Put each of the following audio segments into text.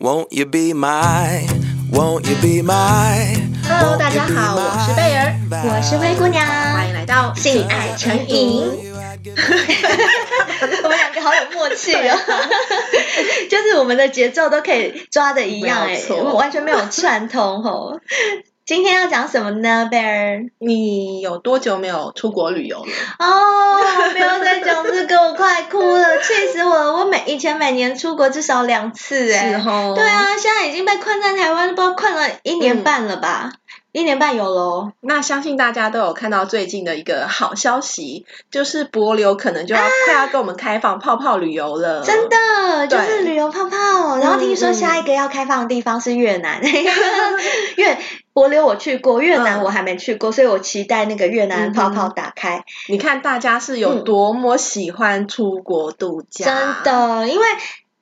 Won't you be my? Won't you be my? Hello，大家好，我是贝儿，我是灰姑娘，欢迎来到性爱成瘾。 我们两个好有默契 哦，就是我们的节奏都可以抓的一样没有哎、错我完全没有串通哦。今天要讲什么呢，贝儿？你有多久没有出国旅游了？哦，不要再讲这个，我快哭了， 气死我了！我每以前每年出国至少两次哎、哦对，啊，现在已经被困在台湾，不知道困了一年半了吧？一年半有喽。那相信大家都有看到最近的一个好消息，就是博流可能就要快要跟我们开放泡泡旅游了。啊真的就对是旅游泡泡，然后听说下一个要开放的地方是越 南，越博流我去过，越南嗯我还没去过，所以我期待那个越南泡泡打开。 你看大家是有多么喜欢出国度假，真。的，因为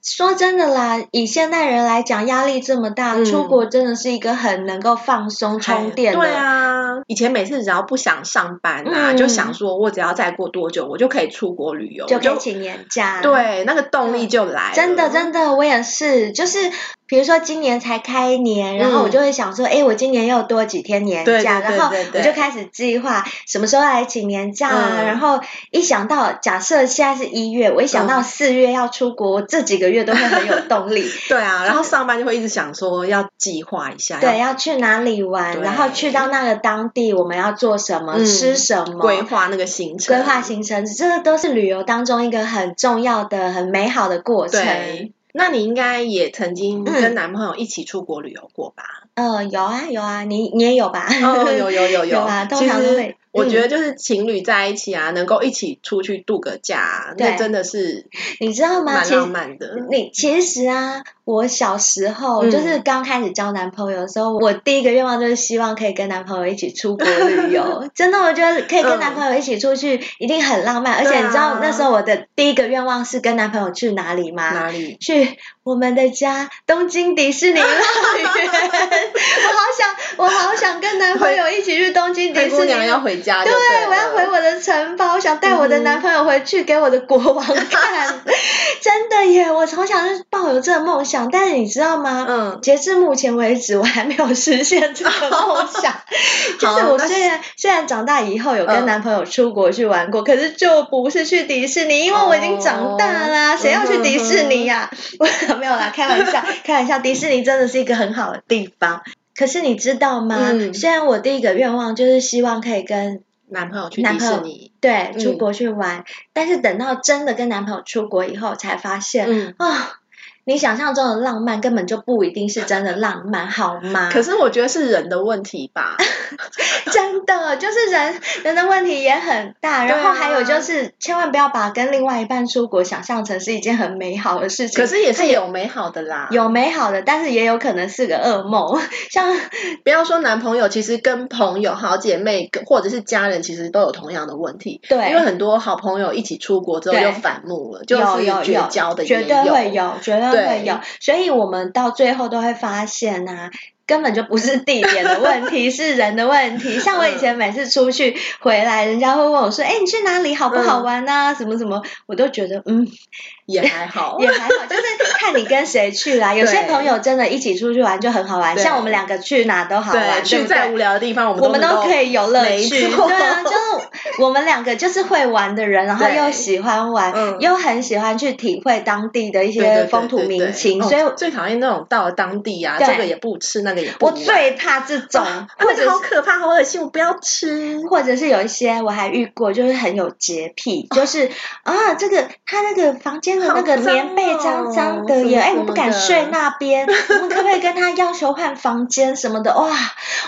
说真的啦，以现代人来讲，压力这么大，嗯出国真的是一个很能够放松充电的。对啊，以前每次只要不想上班啊，嗯就想说我只要再过多久，我就可以出国旅游，就可我以请年假。。对那个动力就来了。真的，真的，我也是。就是比如说今年才开年，然后我就会想说，哎、我今年又多几天年嗯对假，对对然后对对我就开始计划什么时候来请年假啊。嗯然后一想到，假设现在是一月，我一想到嗯四月要出国，我这几个月都会很有动 力。对啊，然后上班就会一直想说要计划一下，对，要去哪里玩，对然后去到那个当地，我们要做什么，嗯吃什么，规划那个行程，规划行程，这都是旅游当中一个很重要的、很美好的过程。对。那你应该也曾经嗯跟男朋友一起出国旅游过吧？嗯、有啊，有啊，你你也 有吧？哦，有有有有啊其通常都实会我觉嗯得就是情侣在一起啊，能够一起出去度个假，那对真的是你知道吗？蛮其浪实漫的。你其实啊，我小时候、嗯就是刚开始交男朋友的时候，我第一个愿望就是希望可以跟男朋友一起出国 旅游。真的，我觉得可以跟男朋友一起出去，一定很浪漫。而且嗯对啊你知道那时候我的第一个愿望是跟男朋友去哪里吗？哪里？去我们的家东京迪士尼乐园， 我好想，我好想跟男朋友一起去东京迪灰士姑尼娘乐要回家就对，对我要回了我的城堡，我想带我的嗯哼男朋友回去给我的国 王看。真的耶，我从小就抱有这个梦想，但是你知道吗？嗯，截至目前为止，我还没有实现这个 梦想。就是好我那虽然虽然长大以后有嗯跟男朋友出国去玩过，可是就不是去迪士尼，因为我已经长大啦，哦嗯谁要去迪士尼呀、我 没有啦，开玩 笑，开玩笑，迪士尼真的是一个很好的地方。可是你知道吗？嗯虽然我第一个愿望就是希望可以跟男朋友去男迪朋士友尼，对嗯出国去玩，但是等到真的跟男朋友出国以后，才发现啊、嗯，你想象中的浪漫根本就不一定是真的浪漫，好吗？可是我觉得是人的问题吧。 真的就是人人的问题也很大，对啊然后还有就是千万不要把跟另外一半出国想象成是一件很美好的事情。可是也是有美好的啦，有美好的，但是也有可能是个噩梦。像不要说男朋友，其实跟朋友、好姐妹跟或者是家人，其实都有同样的问题。对因为很多好朋友一起出国之后对又反目了，就有是有绝有，交的也绝有，对会有，绝对会对有。所以我们到最后都会发现呐、根本就不是地点的问 题，是人的问题。像我以嗯前每次出去回来，人家会问我说：“哎、你去哪里好不好嗯玩啊？什么什么？”我都觉得嗯，。也还好也还好，就是看你跟谁去啦。有些对朋友真的一起出去玩就很好玩，对像我们两个去哪都好玩，对，去对不对再无聊的地方，我们我们都都可以。以有乐趣。没错对啊，就是我们两个就是会玩的人，然后对又喜欢玩，嗯又很喜欢去体会当地的一对对些对风土对对民情，哦所以最讨厌那种到了当地啊，对这个也不吃，那个也不我玩。最怕这种， 或那者个好是。可怕，好恶心，我不要吃。或者是有一些我还遇过，就是很有洁癖，就是啊，这个他那个房间的那个好脏棉被脏脏的哦什耶，么哎，什我么不敢的睡那 边，我们可不可以跟他要求换房间什么的？哇，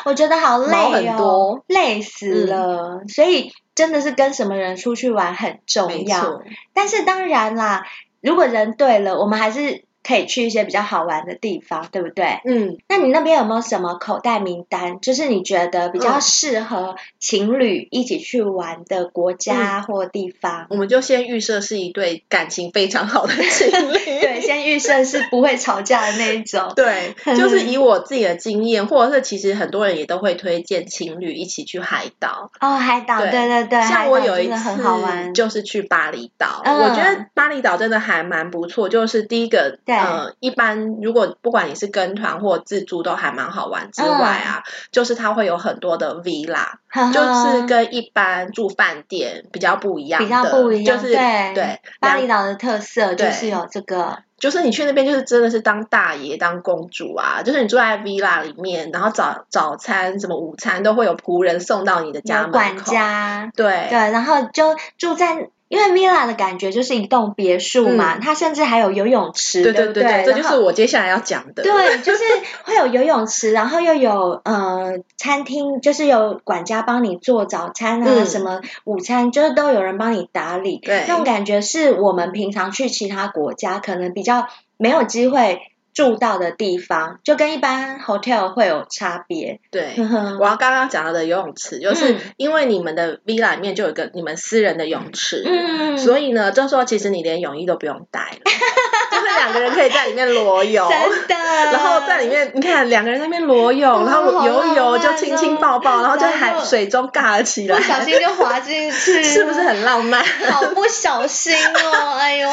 我觉得好累毛很哦多，嗯累死了。所以真的是跟什么人出去玩很没重要，错，但是当然啦，如果人对了，我们还是可以去一些比较好玩的地方，对不对？嗯，那你那边有没有什么口袋名单？就是你觉得比较嗯适合情侣一起去玩的国嗯家或地方？我们就先预设是一对感情非常好的情侣。 对，先预设是不会吵架的那一 种。对，就是以我自己的经验，或者是其实很多人也都会推荐情侣一起去海岛。哦，海岛，对对对对，海像岛我有一真次的很好玩。就是去巴厘岛，嗯我觉得巴厘岛真的还蛮不错。就是第一个，对，呃，一般如果不管你是跟团或自助都还蛮好玩之外啊，嗯就是它会有很多的 villa，、呵呵 就是跟一般住饭店比较不一样的，嗯比较不一样，就是对对，巴两厘岛的特色对就是有这个，就是你去那边就是真的是当大爷当公主啊，就是你住在 villa 里面，然后早早餐什么午餐都会有仆人送到你的家有门口，管家，对对，然后就住在。因为 Mila 的感觉就是一栋别墅嘛，它甚至还有游泳嗯池，对不对对，这就然是后我接下来要讲的。对，就是会有游泳池，然后又有呃餐厅，就是有管家帮你做早餐啊，嗯什么午餐，就是都有人帮你打理。对那种感觉是我们平常去其他国家可能比较没有机会住到的地方，就跟一般 hotel 会有差 别。嗯对呵呵我要刚刚讲到的游泳池，就是嗯因为你们的 villa 里面就有一个你们私人的泳池，嗯，所以呢，这时候其实你连泳衣都不用带了， 就是两个人可以在里面裸泳。真的， 然然后在里。面，你看两个人在那边裸哦泳，然后好游浪一游就漫亲亲哦抱抱，然后就然后海水中尬了起来不，小心就滑进 去，是不是很浪漫？好不小 心哦？哎呦，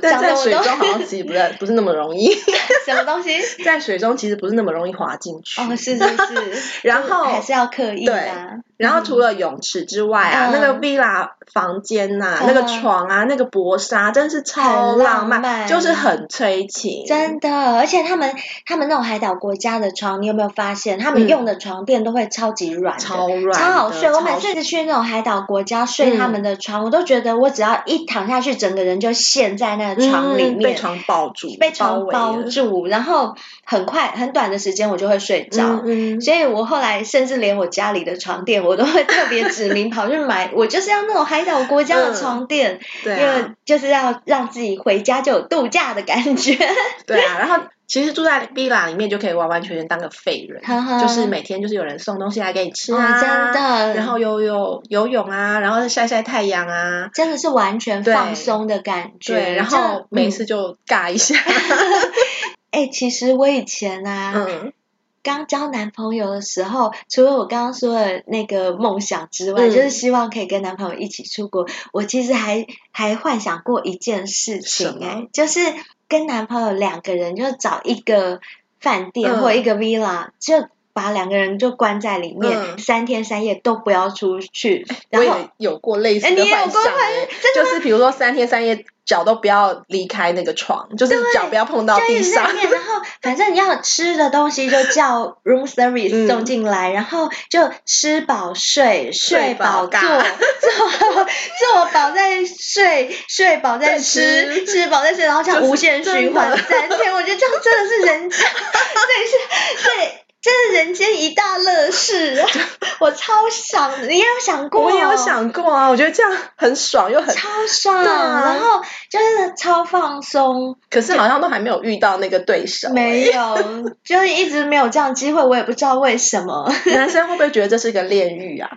但 讲在的我水都中 好像其实不是不是那么容易， 什么东西？在水中其实不是那么容易滑进去。 哦，是是是，然就是后还是要刻意的啊。然后除了泳池之外啊，嗯那个 villa 房间呐、那个嗯床啊，那个薄纱真是超浪很浪漫，漫就是很催情。真的，而且他们他们那种海岛国家的床，你有没有发现，他嗯们用的床垫都会超级软的，超软的，超好睡。我每超嗯次去那种海岛国家睡他们的床，我都觉得我只要一躺下去，整个人就陷在那个床里嗯被面，床抱住，被床围包了住，然后很快很短的时间我就会睡着。嗯嗯，所以我后来甚至连我家里的床垫，我都会特别指名跑去买， 我就是要那种海岛国家的床垫，嗯对因为啊，就是要让自己回家就有度假的感觉。对啊。然后其实住在 villa 里面就可以完完全全当个废人，呵呵就是每天就是有人送东西来给你吃啊，哦真的然后游游游泳啊，然后晒晒太阳啊，真的是完全对放松的感觉。对，然真的后每嗯次就尬 一下，哎、其实我以前啊，嗯，刚交男朋友的时候，除了我刚刚说的那个梦想之外，嗯就是希望可以跟男朋友一起出国。我其实还还幻想过一件事情、什么哎，就是跟男朋友两个人就找一个饭店嗯或一个 villa，、就把两个人就关在里面、嗯三天三夜都不要出去，我然后也有过类似哎的你也有幻过想、幻欸，就是比如说三天三夜脚都不要离开那个床，就是脚不要碰到就地一直在上那，边，然后反正你要吃的东西就叫 room 嗯 service 送进来，然后就吃饱睡，睡饱睡坐，饱坐尬坐 饱再睡，睡饱再再吃吃，吃饱再睡，然后这样就是无限循环真的三天，我觉得这样真的是人间，对是，对。真的人间一大乐事，我超想的，你也有想过？我也有想过啊，我觉得这样很爽又很，超爽，对啊然后就是超放松，可是好像都还没有遇到那个对手、欸没有，就是一直没有这样机会，我也不知道为什么，欸男生会不会觉得这是一个炼狱啊？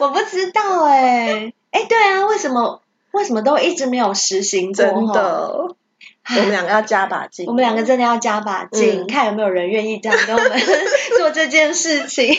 我不知道哎、哎、对啊，为什么为什么都一直没有实行过？真吼，的，我们两个要加把劲。我们两个真的要加把劲，嗯看有没有人愿意这样跟我们 做这件 事情。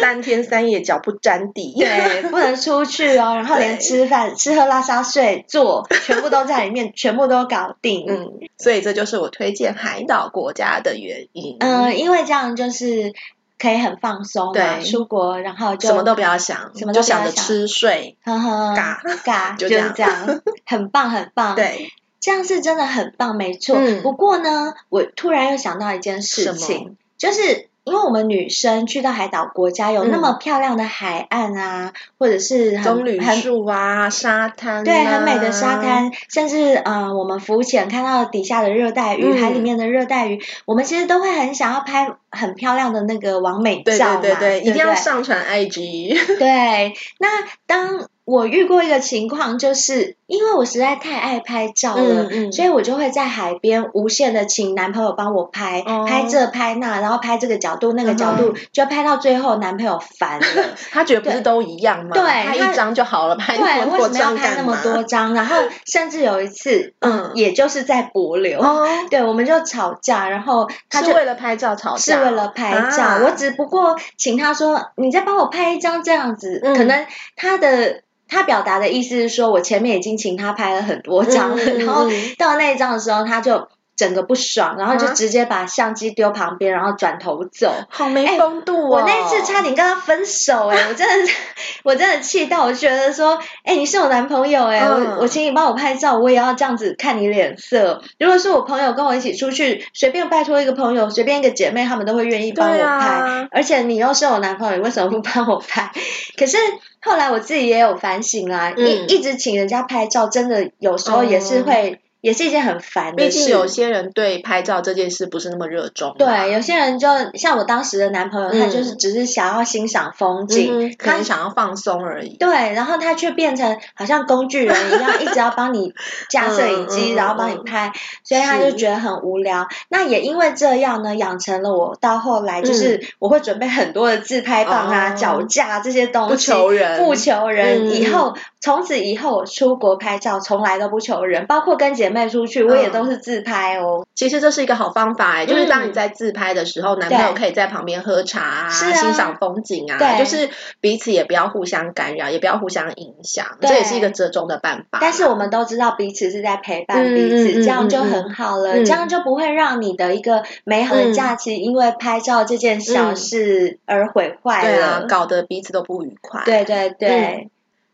三天三夜脚不沾地。对，不能出去哦，然后连对吃饭、吃喝拉撒睡 坐，全部都在里面，全部都搞定。 嗯，所以这就是我推荐海岛国家的原因。嗯，因为这样就是可以很放松嘛，对出国然后就什么都不要想，什么就都不要着想吃睡。呵呵尬尬，就就这是样这样，很棒很棒。， 对，这样是真的很棒，没错。嗯不过呢，我突然又想到一件什事么情，就是因为我们女生去到海岛国家，有那嗯么漂亮的海岸啊，或者是很棕榈很树啊，沙滩、对，很美的沙。滩，甚至呃，我们浮潜看到底下的热带鱼，嗯海里面的热带鱼，我们其实都会很想要拍很漂亮的那个完美对照对嘛，对对，一定要不对上传 IG。对，那当我遇过一个情况，就是因为我实在太爱拍 照了，嗯嗯所以我就会在海边无限的请男朋友帮我拍，哦拍这拍那，然后拍这个角度那个角嗯度，就拍到最后男朋友烦 了。他觉得不是都一样吗？对拍他一张就好了，拍对，那么为多什么要张拍那干么嘛？多张？然后甚至有一次，嗯也就是在柏流，哦，对，我们就吵架，然后他是就为了拍照吵架，是为了拍照，啊我只不过请他说，你再帮我拍一张这样子，嗯可能他的。他表达的意思是说，我前面已经请他拍了很多张了，嗯嗯嗯然后到那一张的时候，他就整个不爽，然后就啊直接把相机丢旁边，然后转头走。好没哎风度哦！我那次差点跟他分手哎、我真 的，我真的气到，我觉得说，哎、你是我男朋友哎、嗯我我请你帮我拍照，我也要这样子看你脸色。如果是我朋友跟我一起出去，随便拜托一个朋友，随便一个姐妹，他们都会愿意帮我对拍。啊，而且你又是我男朋友，你为什么不帮我拍？可是后来我自己也有反省啦，嗯哦一一直请人家拍照，真的有时候也是会，也是一件很烦的毕事。竟有些人对拍照这件事不是那么热衷啊。对，有些人就像我当时的男朋友，他就是嗯只是想要欣赏风景，嗯哼可他能想要放松而已。对，然后他却变成好像工具人一 样，一直要帮你架摄影机，嗯嗯然后帮你嗯拍，所以他就是觉得很无聊。那也因为这样呢，养成了我到后来就是我会准备很多的自拍棒啊、嗯哦脚架这些东西，不求人不求人。嗯以后从此以后，我出国拍照从来都不求人，包括跟姐妹出去，我也嗯都是自拍哦。其实这是一个好方法、欸，就是当你在自拍的时候，男朋友嗯对可以在旁边喝茶啊，是啊欣赏风景啊，对就是彼此也不要互相干扰，也不要互相影响，对这也是一个折中的办法。但是我们都知道彼此是在陪伴嗯彼此，嗯嗯这样就很好了，嗯嗯嗯这样就不会让你的一个美好的假期因为拍照这件小事而毁坏对了。啊，搞得彼此都不愉快。，对对对，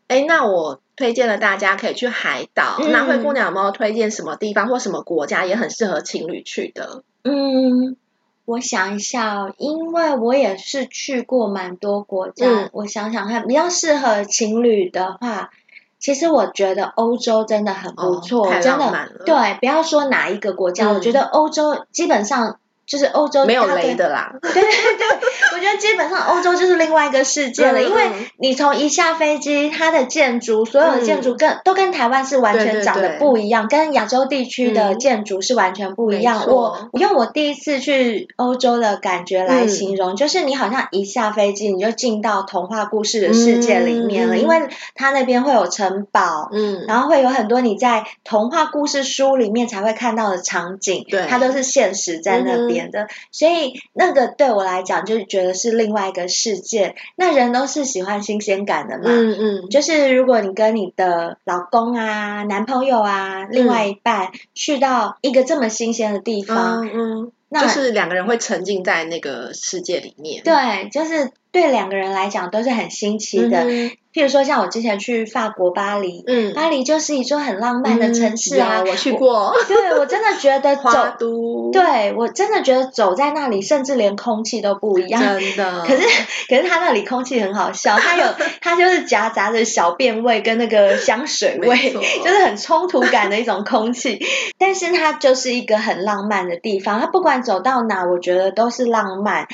哎，那我推荐了大家可以去海岛。嗯那灰姑娘有没有推荐什么地方或什么国家也很适合情侣去的？嗯我想一下哦，因为我也是去过蛮多国家，嗯我想想看，比较适合情侣的话。其实我觉得欧洲真的很不哦错，太真浪漫的了对，不要说哪一个国家，嗯我觉得欧洲基本上就是欧洲没有大概雷的啦。对对对，我觉得基本上欧洲就是另外一个世界了，嗯因为你从一下飞机，它的建筑所有的建筑跟、嗯都跟台湾是完对全对长得对不一样，跟亚洲地区的嗯建筑是完全不一没样。错我我用我第一次去欧洲的感觉来嗯形容，就是你好像一下飞机你就进到童话故事的世界里面了，嗯嗯因为它那边会有城堡，嗯，然后会有很多你在童话故事书里面才会看到的场景，对嗯它都是现实在那边的，所以那个对我来讲就是觉得是另外一个世界。那人都是喜欢新鲜感的嘛，嗯嗯，就是如果你跟你的老公啊、男朋友啊、嗯另外一半、去到一个这么新鲜的地方，嗯嗯，那就是两个人会沉浸在那个世界里面。对，就是对两个人来讲都是很新奇的。嗯哼譬如说像我之前去法国巴黎。嗯，巴黎就是一座很浪漫的城市啊，有我去过对我真的觉得花走，都，，对我真的觉得走在那里，甚至连空气都不一样。真的。可是，可是他那里空气很好笑，它有它就是夹杂着小便味跟那个香水味，没错 就是很冲突感的一种空 气。但是它就是一个很浪漫的地方，它不管走到哪，我觉得都是浪漫。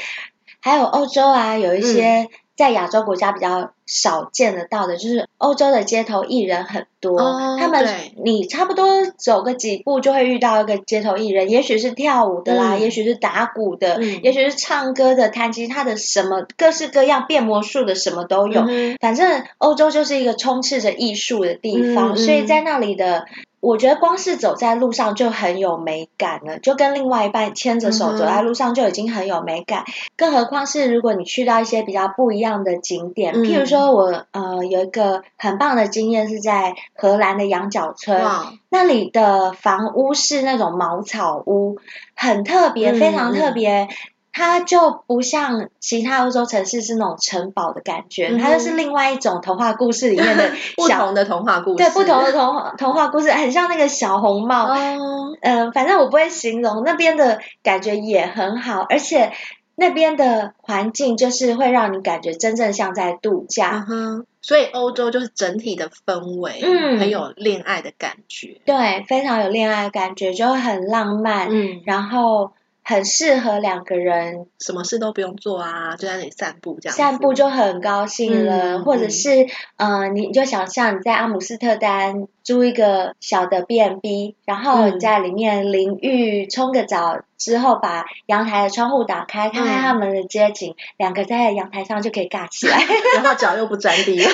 还有欧洲啊，有一嗯些在亚洲国家比较少见得到的，就是欧洲的街头艺人很多，哦他们对你差不多走个几步就会遇到一个街头艺人，也许是跳舞的啦，嗯也许是打鼓的，嗯也许是唱歌的、弹吉他的，什么各式各样变魔术的什么都有。嗯哼反正欧洲就是一个充斥着艺术的地嗯方，嗯所以在那里的，我觉得光是走在路上就很有美感了，就跟另外一半牵着手嗯哼走在路上就已经很有美感，更何况是如果你去到一些比较不一样的景点，嗯譬如说我呃有一个很棒的经验是在荷兰的羊角村，哇，那里的房屋是那种茅草屋，很特别，嗯非常特别。它就不像其他欧洲城市是那种城堡的感觉，嗯哼它就是另外一种童话故事里面的 不小同的童话故事，对不同的童童话故事，很像那个小红帽。哦，嗯，反正我不会形容那边的感觉也很好，而且那边的环境就是会让你感觉真正像在度假。嗯哼，所以欧洲就是整体的氛围，嗯很有恋爱的感觉，对，非常有恋爱的感觉，就很浪漫。嗯，然后很适合两个人什么事都不用做啊，就在那里散步这样子，散步就很高兴了，嗯或者嗯是呃，你你就想象你在阿姆斯特丹租一个小的 B&B，然后你嗯在里面淋浴、冲个澡之后，把阳台的窗户打开，看看嗯他们的街景，两个在阳台上就可以尬起来，然后脚又不沾地，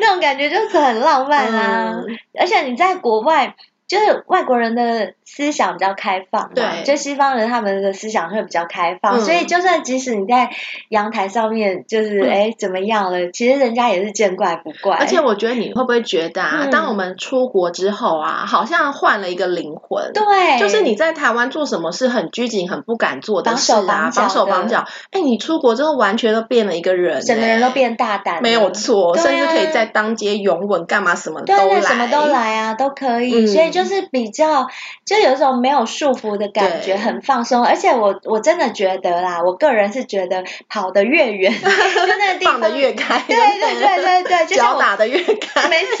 那种感觉就是很浪漫啊！嗯而且你在国外。就是外国人的思想比较开放嘛，对就西方人他们的思想会比较开放，嗯所以就算即使你在阳台上面就是嗯哎、怎么样了，其实人家也是见怪不怪。而且我觉得你会不会觉得啊，哎嗯当我们出国之后啊，好像换了一个灵魂。对，就是你在台湾做什么事很拘谨、很不敢做的绑事手啊，绑脚绑手绑的脚。哎、你出国之后完全都变了一个人、欸整个人都。变大胆了，没有错，对啊甚至可以在当街拥吻，干嘛什么对都对，来，什么都来啊，都可以，嗯所以就是比较，就有一种没有束缚的感觉，对很放松。而且我我真的觉得啦，我个人是觉得跑得越远， 就那个地放方，的越开，对对对对 对，就像脚我。打的越开， 没错，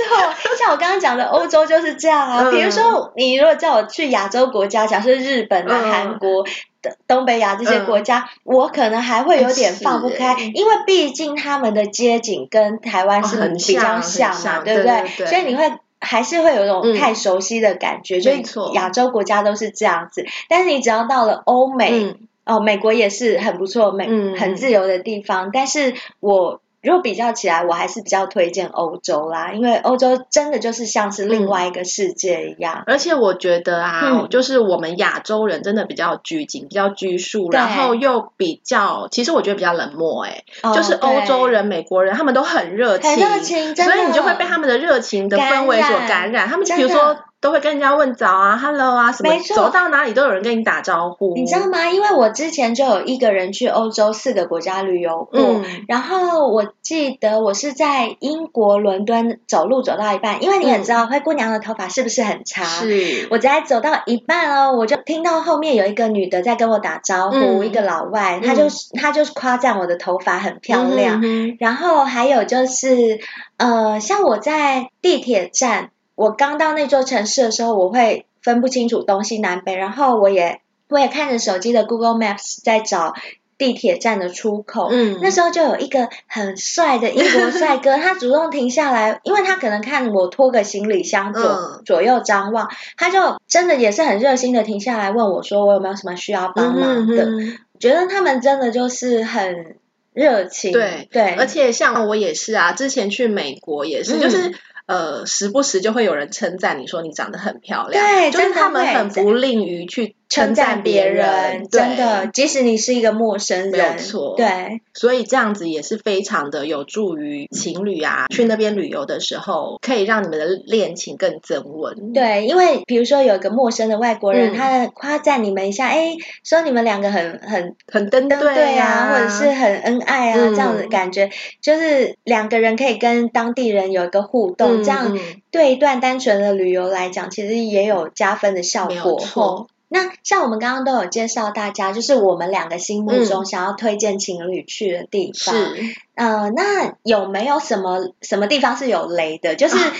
像我刚刚讲的，欧洲就是这样啊。嗯比如说，你如果叫我去亚洲国家，假设日本啊、嗯韩国、东东北亚这些国家，我可能还会有点放不开，是欸因为毕竟他们的街景跟台湾是哦很比较像像很嘛，像不对对对所以你会。还是会有一种嗯太熟悉的感觉，所没错以亚洲国家都是这样子。但是你只要到了欧美，嗯，哦，美国也是很不错，美、嗯很自由的地方。但是我如果比较起来，我还是比较推荐欧洲啦，因为欧洲真的就是像是另外一个世界一样。而且我觉得啊，嗯就是我们亚洲人真的比较拘谨，比较拘束，对然后又比较，其实我觉得比较冷漠、欸，哦就是欧洲人、美国人，他们都很热对情，很热情，真的所以你就会被他们的热情的氛围所感感染。他们真比如的说都会跟人家问早啊、hello 啊什么没，错走到哪里都有人跟你打招呼。你知道吗？因为我之前就有一个人去欧洲四个国家旅游过，嗯，然后我记得我是在英国伦敦走路走到一半，因为你也知道灰姑娘的头发是不是很长？嗯是，啊我才走到一半哦，我就听到后面有一个女的在跟我打招呼，嗯一个老外，她嗯就她就是夸赞我的头发很漂亮。嗯然后还有就是，呃，像我在地铁站，我刚到那座城市的时候，我会分不清楚东西南北，然后我也我也看着手机的 Google Maps 在找地铁站的出口。嗯，那时候就有一个很帅的英国帅哥，他主动停下来，因为他可能看我拖个行李箱左、嗯左右张望，他就真的也是很热心的停下来问我说我有没有什么需要帮忙的。嗯哼觉得他们真的就是很热情，对对，而且像我也是啊，之前去美国也是，嗯就是呃，时不时就会有人称赞你说你长得很漂亮，对就是真的他们会很不吝于去称赞赞别人，对真的，。即使你是一个陌生人，没有错对，所以这样子也是非常的有助于情侣啊，去那边旅游的时候，可以让你们的恋情更增温。，对，因为比如说有一个陌生的外国人，嗯他夸赞你们一下，哎，说你们两个很很很登登对对啊，或者是很恩爱啊，嗯这样的感觉，就是两个人可以跟当地人有一个互动，嗯这样嗯对一段单纯的旅游来讲，其实也有加分的效没有果。错那像我们刚刚都有介绍大家，就是我们两个心目中想要推荐情侣去的地方。嗯是呃，那有没有什么什么地方是有雷的？就是啊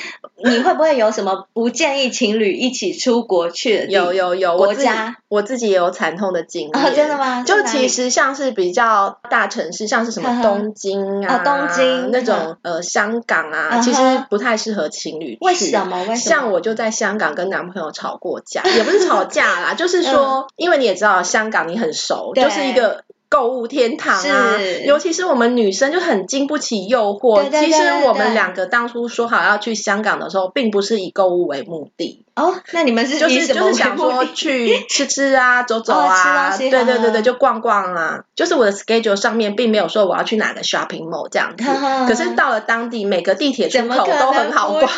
你会不会有什么不建议情侣一起出国去的地有有有，我国自己家我自己也有惨痛的经验，哦？真的吗？就是哪其里实像是比较大城市，像是什呵呵么东京啊、哦东京那种呃香港啊，嗯哼其实不太适合情侣去。为什么？为什么？像我就在香港跟男朋友吵过架，也不是吵架 啦，就是说，因为你也知道香港你很熟，嗯对就是一个。购物天堂啊是，尤其是我们女生就很经不起诱惑。对对对其实我对们两个当初说好要去香港的时候，并不是以购物为目的，哦，那你们是就以是什就么是为想目说的？去吃吃啊，走走哦啊，吃东西对嗯对对对，就逛逛啊。就是我的 schedule 上面并没有说我要去哪个 shopping mall 这样子， 可啊是到了当地，每个地铁出嗯怎么口可能都很好不逛。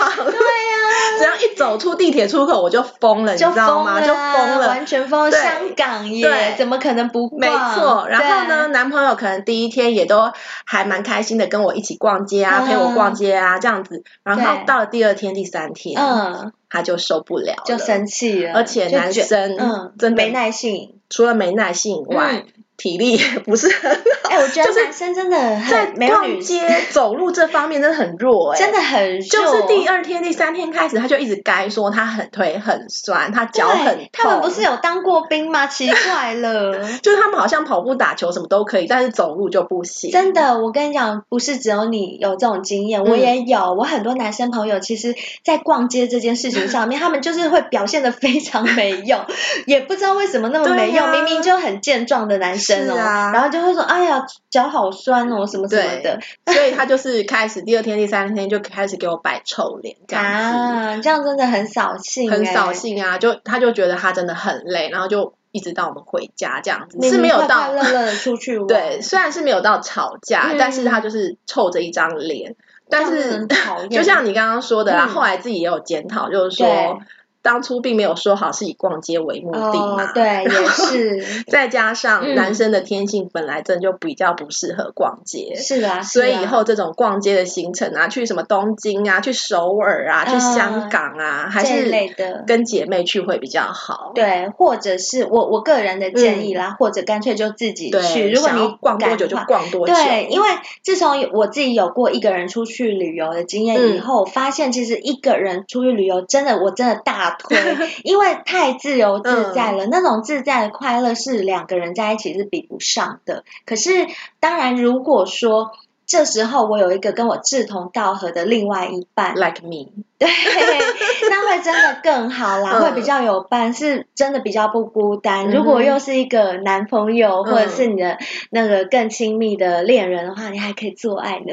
只要一走出地铁出口，我就疯了，你知啊就道疯了吗？啊，就疯了。完全疯了。对香港耶对，怎么可能不逛？没错，然后呢，对？啊男朋友可能第一天也都还蛮开心的，跟我一起逛街啊，嗯陪我逛街啊，这样子。然后对到了第二天、第三天，嗯，他就受不了了，就生气了，哦而且就男觉生嗯，真的没耐 性。除了没耐性以外，嗯体力也不是很 好。哎，我觉得就是男生真的在很没有逛女，街、走路这方面真的很弱、哎，真的很弱就是第二天、第三天开始，他就一直该说他很腿很酸，他脚对很痛。他们不是有当过兵吗？奇怪 了。就是他们好像跑步、打球什么都可以，但是走路就不行。真的，我跟你讲，不是只有你有这种经验，我嗯也有。我很多男生朋友，其实，在逛街这件事情上 面，他们就是会表现的非常没用，也不知道为什么那么没对啊用。明明就很健壮的男生哦，是啊然后就会说哎呀脚好酸哦什么什么的所以他就是开始第二天、第三天就开始给我摆臭脸这样啊，这样真的很扫子，兴、欸很扫。兴啊！就他就觉得他真的很累，然后就一直到我们回家这样子，是没有到快快乐乐的出去 玩，对，虽然是没有到吵架，嗯但是他就是臭着一张脸，但这样是很讨 厌，就像你刚刚说的啦，嗯后来自己也有检讨，就是对说当初并没有说好是以逛街为目的哦嘛，，对，也是，再加上嗯男生的天性本来真的就比较不适合逛街。是啊，是所以啊以后这种逛街的行程啊，去什么东京啊，去首尔啊，去嗯香港啊，还这一是类的跟姐妹去会比较好。对，或者是我我个人的建议啦，或者干脆就自己去。嗯对，如果想要你逛多敢久就的话逛多久。对，因为自从有我自己有过一个人出去旅游的经验以嗯后，我发现其实一个人出去旅游真的我真的大 推，因为太自由自在嗯了，那种自在的快乐是两个人在一起是比不上的。可是当然，如果说这时候我有一个跟我志同道合的另外一半， like me，对， 那会真的更好啦，嗯会比较有伴，是真的比较不孤单。嗯哼如果又是一个男朋友嗯或者是你的那个更亲密的恋人的话，你还可以做爱呢，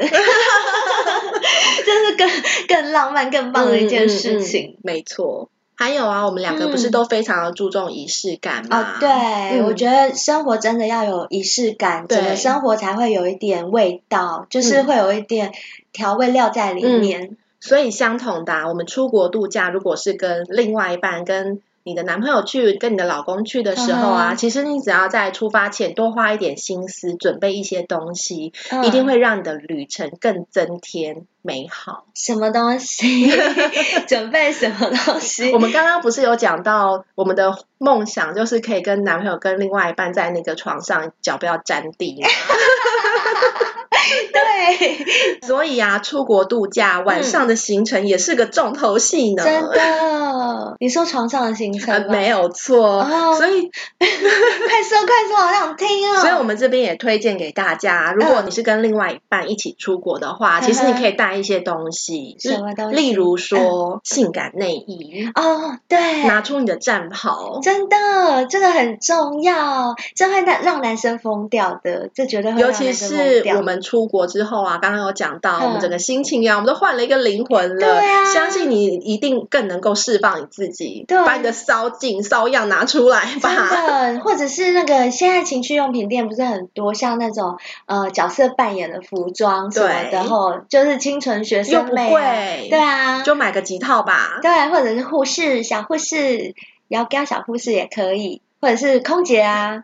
真是更更浪漫、更棒的一件嗯事嗯情嗯。没错。还有啊，我们两个不是嗯都非常的注重仪式感哦吗？，对，嗯我觉得生活真的要有仪式感，对嗯整个生活才会有一点味道，就是会有一点调味料在里面。所以相同的、啊，我们出国度假，如果是跟另外一半、跟你的男朋友去、跟你的老公去的时候啊，嗯哼其实你只要在出发前多花一点心思，准备一些东西，嗯一定会让你的旅程更增添美好。什么东西， 准备什么东西我。们刚刚不是有讲到我们的梦想，就是可以跟男朋友、跟另外一半在那个床上脚不要沾地 吗？对，所以啊，出国度假晚上的行程也是个重头戏呢。真的，你说床上的行程呃吗没有错，哦所以，快说快说，好想听哦。所以我们这边也推荐给大家，如果你是跟另外一半一起出国的话，其实你可以带一些东西，嗯什么东西例如说性感内衣，哦，对，拿出你的战袍，真的，这个很重要，这会让让男生疯掉的，这绝对会让尤男其生疯是掉。我们出国之后啊，刚刚有讲到，嗯我们整个心情啊，我们都换了一个灵魂了。对啊相信你一定更能够释放你自己，对把你的骚劲、骚样拿出来真吧。的，或者是那个现在情趣用品店不是很多，像那种呃角色扮演的服装什么对的吼，就是清纯学又生不妹、啊，贵，对啊，就买个几套吧。对，或者是护士、小护士、摇杆小护士也可以，或者是空姐啊，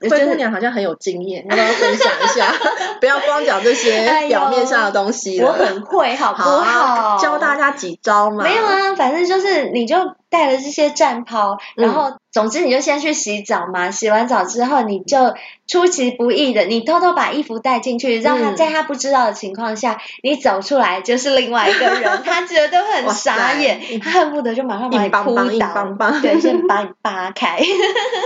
就灰姑是娘好像很有经验，要不要分享一下？ 不要光讲这哎些呦表面上的东西我了。很会，好不好啊好？教大家几招嘛。没有啊，反正就是你就带了这些战袍，嗯然后总之你就先去洗澡嘛，洗完澡之后你就出其不意的，你偷偷把衣服带进去，让他嗯在他不知道的情况下，你走出来就是另外一个 人，他觉得会很哇傻塞眼，他恨不得就马上把你硬邦扑邦，硬倒，邦邦。 对，先把你扒开。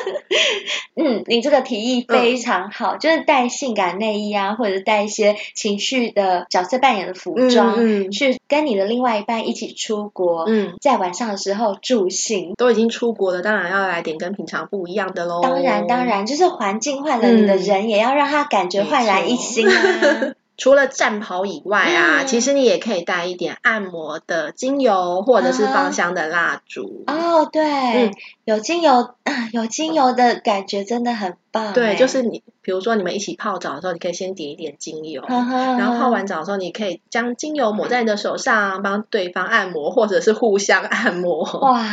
嗯，你这个提议非常好，就是带性感内衣啊，或者是带一些情绪的角色扮演的服装，嗯嗯去跟你的另外一半一起出国，嗯，在晚上的时候助兴。都已经出国了，当然要来点跟平常不一样的喽。当然，当。然，就是环境换了，你的哦嗯人也要让他感觉焕然一 新啊。除了战袍以外啊，嗯其实你也可以带一点按摩的精油，或者是芳香的蜡烛。哦，对，嗯有精油啊，有精油的感觉真的很棒。欸对，就是，你，比如说你们一起泡澡的时候，你可以先点一点精油，然然后泡完澡的时候，你可以将精油抹在你的手上，帮对方按摩，或者是互相按摩。哇，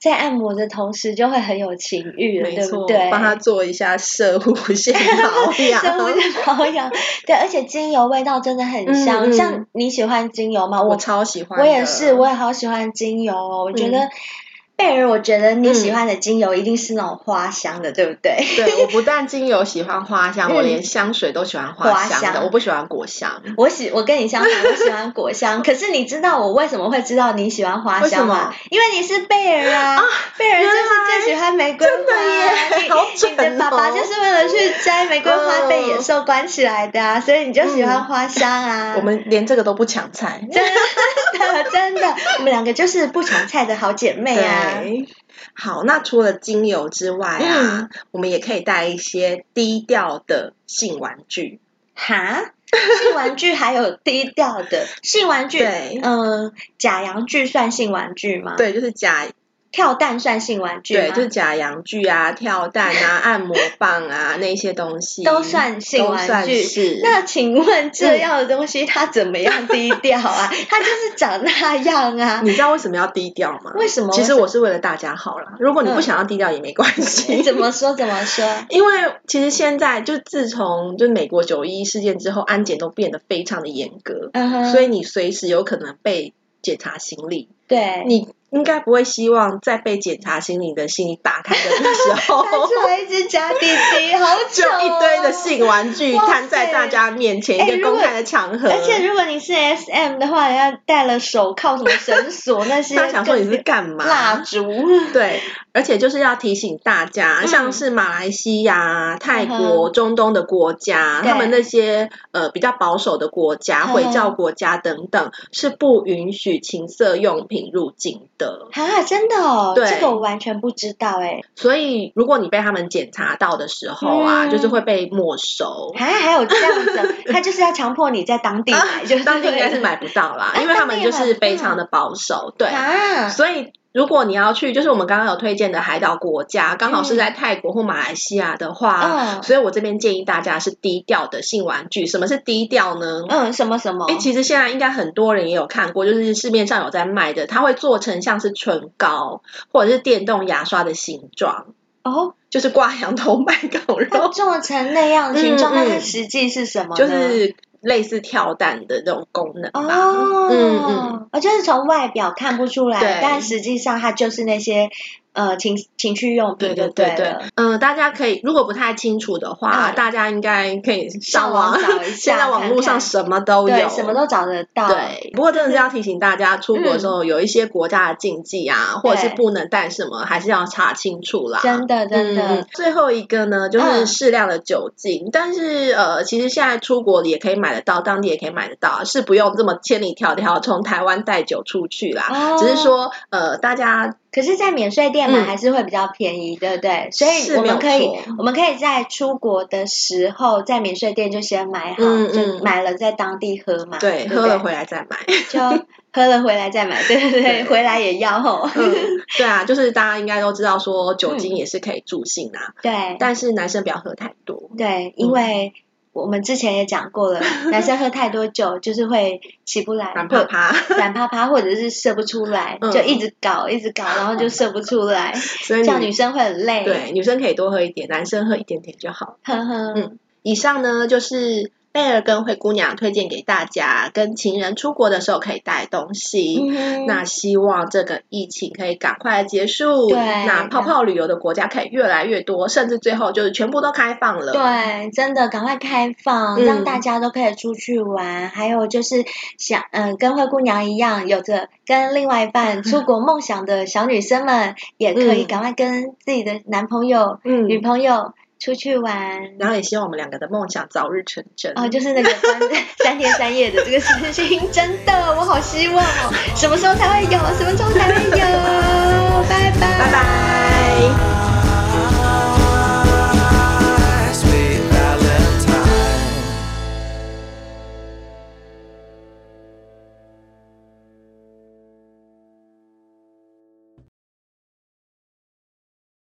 在按摩的同时就会很有情欲了，没对不错对？，帮 他做一下射护线保生活养。的 保养，对，而且精油味道真的很香。嗯嗯像你喜欢精油吗？我我超喜欢我的，也是，我也好喜欢精油哦。我觉得、嗯贝尔，我觉得你嗯喜欢的精油一定是那种花香的，对不对？对我不但精油喜欢花 香，嗯我连香水都喜欢花花香香的，我不喜欢果香。 我喜，我跟你相反，我喜欢果香。可是你知道我为什么会知道你喜欢花为什香吗么？因为你是贝尔啊，贝尔就原是最喜欢玫瑰真的花。啊耶 你好你的准爸爸哦就是为了去摘玫瑰花被野嗯 兽关起来的啊，所以你就喜欢花香啊。我们连这个都不抢菜， 真的的，真的，我们两个就是不抢菜的好姐妹啊！对，好，那除了精油之外嗯啊，我们也可以带一些低调的性玩具。哈，性玩具还有低调的性玩具，对嗯、假洋具算性玩具吗？，对，就是假跳蛋算性玩具吗？对，就是假洋具啊、跳蛋 啊、按摩棒啊那些东西都算性都玩算具是那请问这样的东西它怎么样低调啊？它就是长那样啊，嗯 你知道为什么要低调吗？为什么嗯其实我是为了大家好啦。如果你不想要低调也没关 系。怎么说怎么 说？因为其实现在就自从就美国九一事件之后，安检都变得非常的严格，嗯哼，所以你随时有可能被检查行李。对，你应该不会希望在被检查行李的信打开的那时 候，它出来一只假弟弟，好就久、哦、一堆的性玩具哇塞摊在大家面前，哎一个如果公开的场合。而且如果你是 S M 的话，人家戴了手铐、什么绳索那些， 他想说你是干嘛？蜡烛， 对，而且就是要提醒大家，嗯像是马来西亚、泰嗯国、中东的国家，对他们那些呃比较保守的国家、嗯回教国家等等，是不允许情色用品入境的。啊，真的哦，对这个我完全不知道哎、所以，如果你被他们检查到的时候啊，嗯就是会被没收。啊，还有这样子， 他就是要强迫你在当地买，就是啊当地应该是买不到啦，啊因为他当们地也就买是不非到常的保守。对，啊，所以如果你要去，就是我们刚刚有推荐的海岛国家，刚好是在泰国或马来西亚的话，嗯所以我这边建议大家是低调的性玩具。什么是低调呢？嗯，什么什么哎、，其实现在应该很多人也有看过，就是市面上有在卖的，它会做成像是唇膏或者是电动牙刷的形状，哦，就是挂羊头卖狗 他肉，做成那样形嗯状，那嗯它实际是什哦么呢？就是类似跳蛋的这种功能吧。哦，嗯嗯哦，就是从外表看不出来对，但实际上它就是那些呃情情趣用品对就对了，对对，嗯、大家可以如果不太清楚的话，嗯大家应该可以上网网找一 下现在网络看看上什么都有，对，什么都嗯找得到。对。不过真的是要提醒大家，出国的时嗯候有一些国家的禁忌啊，或者是不能带什么，还是要查清楚啦。真的真的、嗯嗯最后一个呢，就嗯是适量的酒精，但是呃，其实现在出国也可以买得到，当地也可以买得到，是不用这么千里迢迢从台湾带酒出去啦。哦嗯只是说呃，大家可是，在免税店买嗯还是会比较便宜，对不对？所以是我们可以没有错，我们可以在出国的时候，在免税店就先买好，嗯嗯就买了在当地喝嘛，对不喝了回来再买。就喝了回来再买，对对对，对回来也要吼， 嗯，对啊，就是大家应该都知道，说酒精也是可以助兴啊，对但是男生不要喝太多。对，因为。我们之前也讲过了，男生喝太多酒就是会起不来，软趴趴，会软趴趴，或者是射不出来，嗯就一直搞一直搞，然后就射不出 来，所这以样女生会很累。对，女生可以多喝一点，男生喝一点点就好。呵呵，嗯以上呢就是贝尔跟灰姑娘推荐给大家，跟情人出国的时候可以带东西。嗯那希望这个疫情可以赶快结束，对那泡泡旅游的国家可以越来越多，甚至最后就是全部都开放了。对，真的赶快开放，嗯让大家都可以出去玩。还有就是想，嗯、跟灰姑娘一样，有着跟另外一半出国梦想的小女生们，也可以嗯赶快跟自己的男朋友、嗯女朋友出去玩。然后也希望我们两个的梦想早日成真。哦，就是那个关三 天三夜的这个事情，真的，我好希望哦，什么时候才会有？什么时候才会